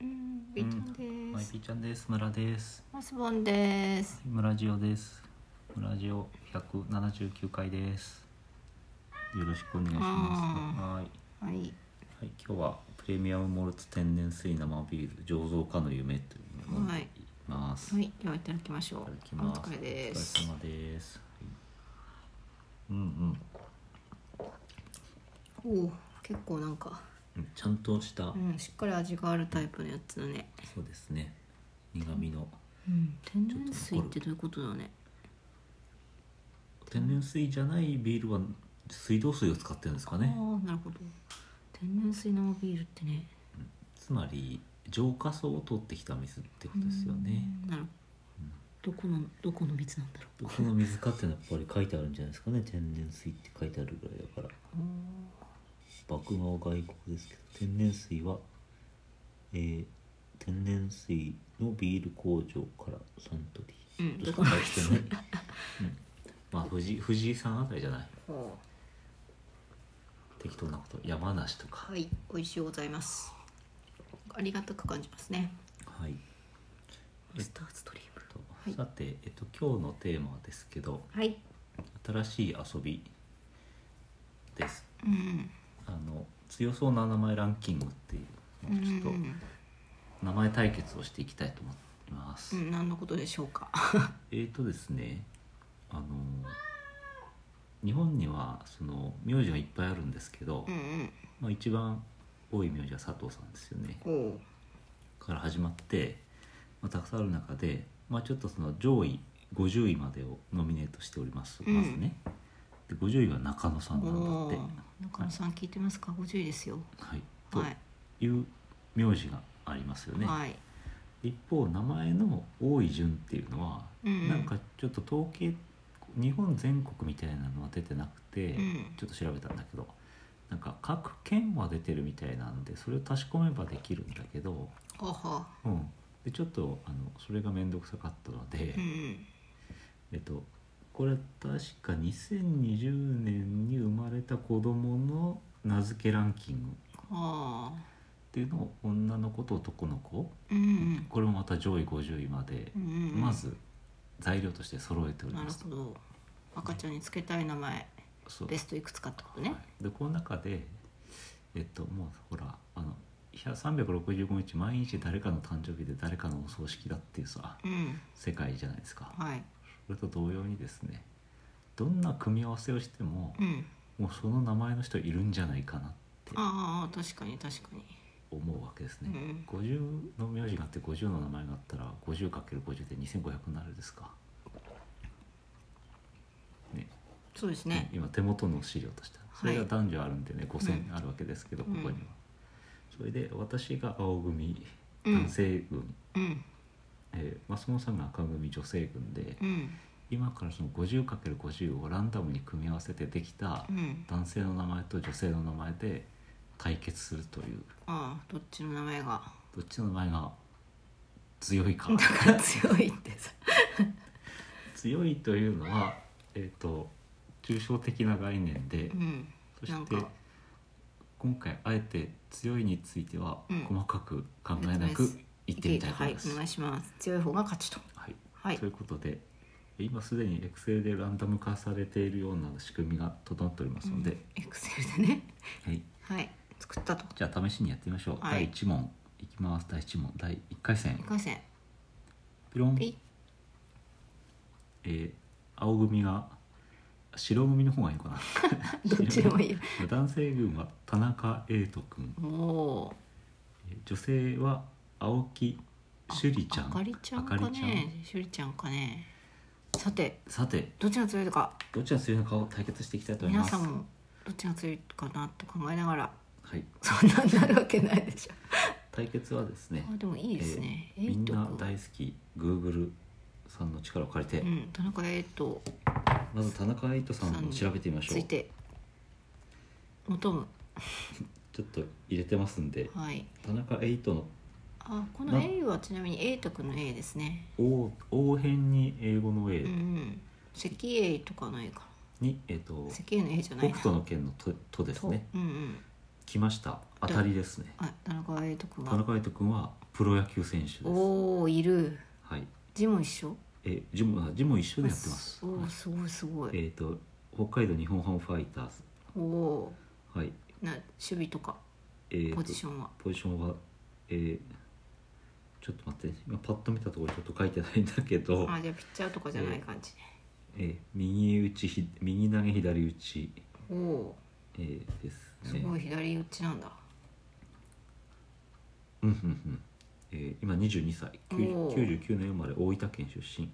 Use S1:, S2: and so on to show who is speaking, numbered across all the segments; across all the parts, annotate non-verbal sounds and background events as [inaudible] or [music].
S1: うん、ビーちゃんで
S2: マイ
S1: す。
S2: ピーちゃんです村です
S1: マスボンです。
S2: 村ジオです村ジオ179回ですよろしくお願いします
S1: うん
S2: はい
S1: はい。
S2: はい、今日はプレミアムモルツ天然水生ビール醸造家の夢というのを飲んでいます、、
S1: はいい、ではいただきましょう。
S2: ただきます
S1: お疲れです。
S2: お疲れ様です、はい、うん
S1: おお、結構なんか、
S2: うんちゃんとした、
S1: うん、しっかり味があるタイプのやつだね。
S2: そうですね苦味の
S1: うん、天然水ってどういうことだね。
S2: 天然水じゃないビールは水道水を使ってるんですかね
S1: ああ、なるほど。天然水生ビールってね。
S2: つまり浄化層を取ってきた水ってことですよね
S1: うん。なる。どこの、どこの水なんだろう。
S2: どこの水かっていうのはやっぱり書いてあるんじゃないですかね天然水って書いてあるぐらいだから
S1: おー
S2: 爆豪外国ですけど天然水は、えー天然水のビール工場からサントリー
S1: うん
S2: としか書いてない、うん、まあ藤井藤井さんあたりじゃない
S1: ほ
S2: 適当なこと山梨とか
S1: うはい、美味しゅうございます。ありがたく感じますね。
S2: はい
S1: マスターズドリーム。
S2: と
S1: い
S2: さて、えっと、今日のテーマですけど
S1: はい。
S2: 新しい遊びです
S1: うん。
S2: あの強そうな名前ランキングっていうのをちょっ
S1: う
S2: と
S1: ん
S2: 名前対決をしていきたいと思います、
S1: うん、何のことでしょうか。
S2: えーとですねあの日本にはその名字がいっぱいあるんですけど、
S1: うん
S2: まあ、一番多い名字は佐藤さんですよね
S1: うん。おう。
S2: から始まって、まあ、たくさんある中で、まあ、ちょっとその上位50位までをノミネートしております、
S1: うん
S2: まずねで50位は中野さんなん
S1: お
S2: だ
S1: ー
S2: って、
S1: 中野さん聞いてますか。ご注意ですよ。
S2: はい、と
S1: はい。
S2: いう名字がありますよね、
S1: はい。
S2: 一方名前の多い順っていうのは、
S1: うん
S2: なんかちょっと統計日本全国みたいなのは出てなくて、
S1: うん
S2: ちょっと調べたんだけどなんか各県は出てるみたいなんでそれを足し込めばできるんだけど、
S1: はは。
S2: うん、でちょっとあのそれが面倒くさかったので、
S1: うん。
S2: えっと、これ確か2020年に生まれた子供の名付けランキングっ
S1: はあ。
S2: ていうのを女の子と男の子、
S1: うん。
S2: これもまた上位50位まで
S1: うんうん。
S2: ま。ず材料として揃えており
S1: な
S2: ま
S1: る
S2: す
S1: ほど。赤ちゃんにつけたい名前。
S2: そう
S1: ベストいくつかってことね
S2: は。いでこの中でえっともうほらあのいや365日毎日誰かの誕生日で誰かのお葬式だっていうさ
S1: うん。
S2: 世界じゃないですか
S1: はい。
S2: それと同様にですねどんな組み合わせをしても
S1: うん。
S2: もうその名前の人いるんじゃないかなって
S1: ああ、確かに、確かに。
S2: 思うわけですね
S1: うん
S2: 50の名字があって50の名前があったら 50×50 で2500になるですかね
S1: そうですね。
S2: 今手元の資料としてそれが男女あるんでね、5,000あるわけですけど、
S1: うん
S2: ここにはそれで私が青組
S1: うん
S2: 男性軍、
S1: うん。
S2: えー、松本さんが赤組女性軍で、
S1: うん。
S2: 今からその 50×50 をランダムに組み合わせてできた
S1: うん。
S2: 男性の名前と女性の名前で対決するという
S1: ああ、どっちの名前が。
S2: どっちの名前が
S1: [laughs]
S2: 強いか
S1: だから強いって
S2: [laughs]
S1: さ。
S2: 強いというのはえっ、と抽象的な概念で、
S1: うん。
S2: そ
S1: な
S2: し
S1: ん
S2: て
S1: か
S2: 今回あえて強いについては
S1: うん
S2: 細かく考えなく言ってみたいと思います。
S1: はお
S2: は
S1: 願
S2: い
S1: いします。強い方が勝ちと。はい
S2: ということで今すでに Excel でランダム化されているような仕組みが整っておりますので、
S1: エクセルでね。
S2: はい、
S1: はい。作ったと。
S2: じゃあ試しにやってみましょう。
S1: はい
S2: 第1問いきます第1問第1回戦
S1: 一回戦。
S2: ピロン、
S1: ピ
S2: えー青組が白組の方がいいのかな
S1: ッ。 [laughs] どっちでもいいよ。
S2: [laughs] 男性軍は田中瑛斗君
S1: おお
S2: えー女性は青木朱里ちゃ
S1: ー。
S2: ん
S1: あかりちゃんか
S2: あかりちゃん
S1: ね。しゅりちゃんかね。さて、
S2: さて
S1: どっちが強いか、
S2: どっちが強いのかを対決していきたいと思い
S1: 皆
S2: ます
S1: さんもどっちが強いかなって考えながら、
S2: はい、
S1: そんなんなるわけないでしょ。
S2: 対決はですね
S1: あ、でもいいですね。
S2: えーみんな
S1: 君
S2: 大好き Google さんの力を借りて、
S1: うん、田中エイト
S2: まず田中エイトさんを調べてみましょ
S1: つ
S2: う
S1: い
S2: ち
S1: て。求む。
S2: ょっと入れてますんで
S1: はい。
S2: 田中エイトの
S1: あ、こ
S2: な
S1: の A はちなみにエイト君の A ですね。
S2: 応応変に英語の A
S1: うんうん。石英とかの A か
S2: に、えっ、
S1: な。
S2: と
S1: 石英の A じゃない
S2: 北
S1: な。
S2: 斗の剣のととですね
S1: うんうん。
S2: 来ました当たりですね
S1: あ田中瑛斗君
S2: 田
S1: は
S2: 中海斗君はプロ野球選手です
S1: おおいる
S2: はい
S1: 字も一緒
S2: えジムあジム一緒でやってます
S1: おー
S2: はい
S1: すごいすご
S2: え
S1: い
S2: っ、と北海道日本ハムファイターズ
S1: おお
S2: はい
S1: ーな守備とか
S2: えーと
S1: ポジションは
S2: ポジションはえーちょっと待って今パッと見たところちょっと書いてないんだけど、
S1: あじゃあピッチャーとかじゃない感じね
S2: えー右打ちひ右投げ左打ち、
S1: おお
S2: えーです
S1: ーす
S2: ね
S1: ごい左打ちなんだ
S2: うんうんうんえー今22歳
S1: おー
S2: 90 99年生まれ大分県出身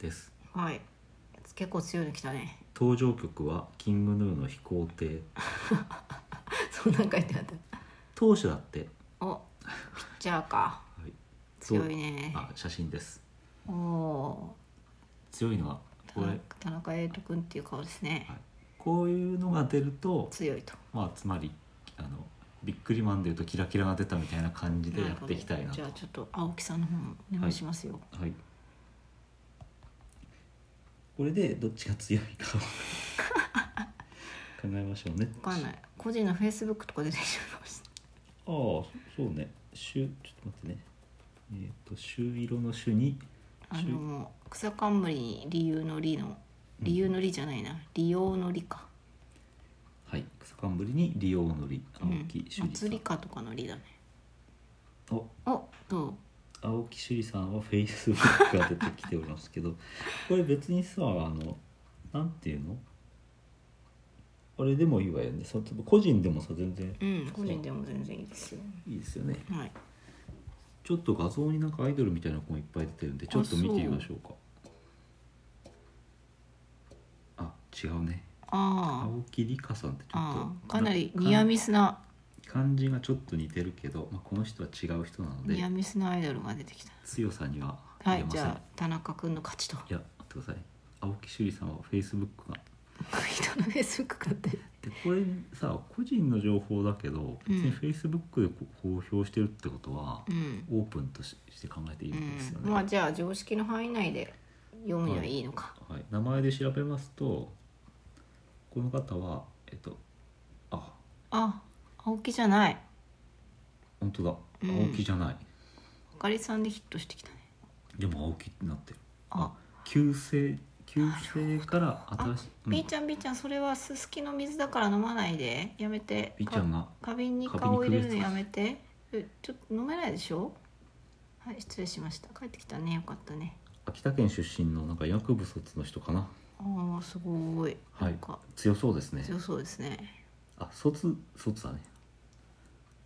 S2: です
S1: はい結構強いの来たね [laughs]
S2: 登場曲は「キングヌーの飛行艇
S1: そんなん書いてあっ」
S2: 当初だって、
S1: たおピッチャーか
S2: はい、そう
S1: 強いね
S2: あ写真です
S1: おお
S2: 強いのはこれ、は
S1: ー
S2: い、
S1: 田中瑛斗君っていう顔ですね
S2: こういうのが出ると
S1: 強いと
S2: まあつまりあのビックリマンでいうとキラキラが出たみたいな感じでやっていきたいな
S1: るほどじ
S2: と
S1: ゃあちょっと青木さんの方もお願いしますよ、
S2: はいこれでどっちが強いかを
S1: [laughs]
S2: 考えましょうね
S1: わかんない個人のフェイスブックとか出てきちゃうかもし
S2: ああそそうね週ちょっと待ってねえっ、と週色の週に
S1: れない
S2: 週
S1: あの草冠に理由の理の理由の理じゃないな、利用の理か、
S2: はい草冠に利用のり
S1: う
S2: 青
S1: ん
S2: 木、朱里さ
S1: 祭
S2: ん、
S1: りかとかの理だね
S2: お
S1: おどう
S2: 青木朱里さんはフェイスブックが出てきておりま
S1: [laughs]
S2: すけどこれ別にさあのなんていうのあれでもいいわよねその個人でもさ全然
S1: うん個人でも全然いいですよ
S2: いいですよね
S1: はい
S2: ちょっと画像になんかアイドルみたいな子もいっぱい出てるんでちょっと見てみましょうかあ違うね
S1: あ
S2: 青木里香さんってちょっ
S1: ああ
S2: と
S1: かなりニアミスな
S2: 漢字がちょっと似てるけど、まあ、この人は違う人なの
S1: ニ
S2: で
S1: アミスなアイドルが出てきた
S2: 強さには
S1: は
S2: 出
S1: い
S2: ま
S1: じ
S2: せん、
S1: ゃあ田中君の勝ちと
S2: いや待ってください青木朱里さんはフェイスブックが
S1: 人のフェイスブック買って
S2: でこれさ個人の情報だけど別にフェイスブックでこ公表してるってことは
S1: う、ん、
S2: オープンとしして考えていいわけですよ
S1: う
S2: ね、
S1: ん、まあじゃあ常識の範囲内で読むにはいいのか、
S2: はい、名前で調べますとこの方はえっとあ
S1: あ青木じゃない
S2: 本当だ
S1: うん
S2: 青木じゃない、
S1: あかりさんでヒットしてきたね
S2: でも青木ってなってる
S1: あ
S2: 旧姓旧姓から
S1: あ
S2: 新しい、うん、
S1: B ちゃん B ちゃんそれはすすきの水だから飲まないでやめて
S2: B ちゃんが
S1: か花瓶に
S2: 花瓶に
S1: 顔入れるの
S2: 首
S1: やめてえちょっと飲めないでしょはい失礼しました帰ってきたねよかったね
S2: 秋田県出身のなんか医学部卒の人かな
S1: あーすごい
S2: は
S1: ないんか
S2: 強そうですね
S1: 強そうですね
S2: あ卒卒だね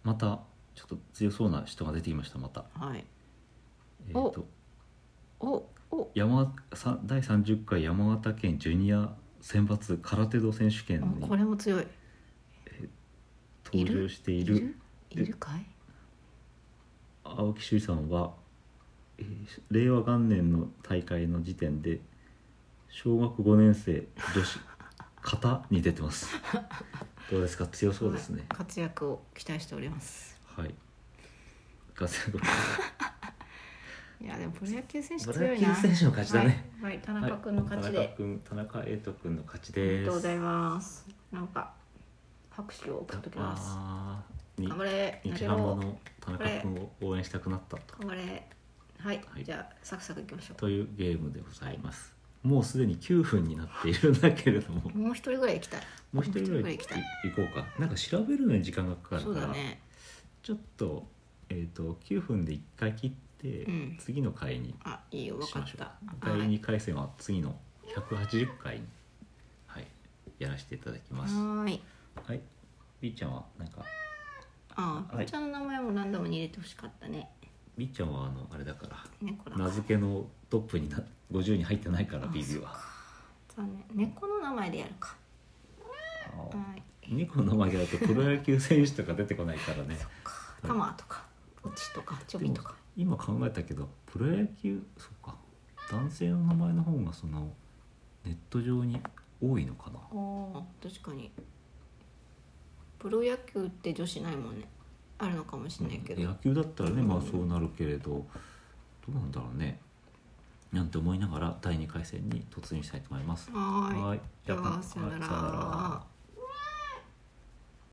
S2: またちょっと強そうな人が出てきましたまた
S1: はい
S2: えっ、と
S1: おお
S2: 山さ第30回山形県ジュニア選抜空手道選手権
S1: あ
S2: に
S1: これも強いいる
S2: 登場している
S1: いるいるかい
S2: 青木周さんは、えー令和元年の大会の時点で小学5年生女子 [laughs] 型に出て
S1: [laughs]
S2: ますどうですか強そうですね
S1: はい活躍を期待しております
S2: はいガセ
S1: いやでもプロ野球選手
S2: プロ
S1: 強
S2: 野
S1: い
S2: 球
S1: な
S2: 選手の勝ちだね、
S1: はい、はい田中君の勝ちで、
S2: はい田中君田中瑛斗君の勝ち
S1: あり
S2: です
S1: がとうございますなんか拍手を送っときます
S2: あーに
S1: 頑張れ
S2: 日
S1: 投
S2: ハ
S1: げろ
S2: ムの田中君を応援したくなったと
S1: 頑張れはい、
S2: はい
S1: じゃあサクサクいきましょ
S2: というゲームでございます、もうすでに9分になっているんだけれども
S1: うもう一人ぐらい行きたい
S2: もう一人ぐ
S1: [laughs]
S2: らい
S1: もう一人ぐらい行きたい
S2: 行こうかなんか調べるのに時間がかかる
S1: そ
S2: か
S1: う
S2: ら、
S1: だね
S2: ちょっと,、えー、と9分で1回切って、
S1: うん
S2: 次の回に
S1: あいいよ分
S2: し
S1: か
S2: ま
S1: っ
S2: しょう
S1: た
S2: 第
S1: はい
S2: 2回戦は次の180回に、はい、やらせていただき
S1: は
S2: ます
S1: ーい
S2: はいりーちゃんはなんか
S1: あ
S2: は
S1: あ
S2: い
S1: ちゃんの名前もランダムに入れてほしかったね
S2: りーちゃんはあのあれだから
S1: 猫だ
S2: 名付けのトップにな50に入ってないから
S1: あ
S2: BB は
S1: 残念猫の名前でやるか
S2: あの
S1: はい
S2: 猫の前だとプロ野球選手とか出てこないからね
S1: かタマーとかポチとかチョビとか
S2: でも今考えたけどプロ野球そっか男性の名前の方がそのネット上に多いのかな
S1: おおー確かにプロ野球って女子ないもんねあるのかもしれないけど、
S2: 野球だったらねまあ
S1: うん
S2: そうなるけれどどうなんだろうねなんて思いながら第2回戦に突入したいと思います。
S1: はーい
S2: はーいじゃあ
S1: ではさよなら
S2: さよなら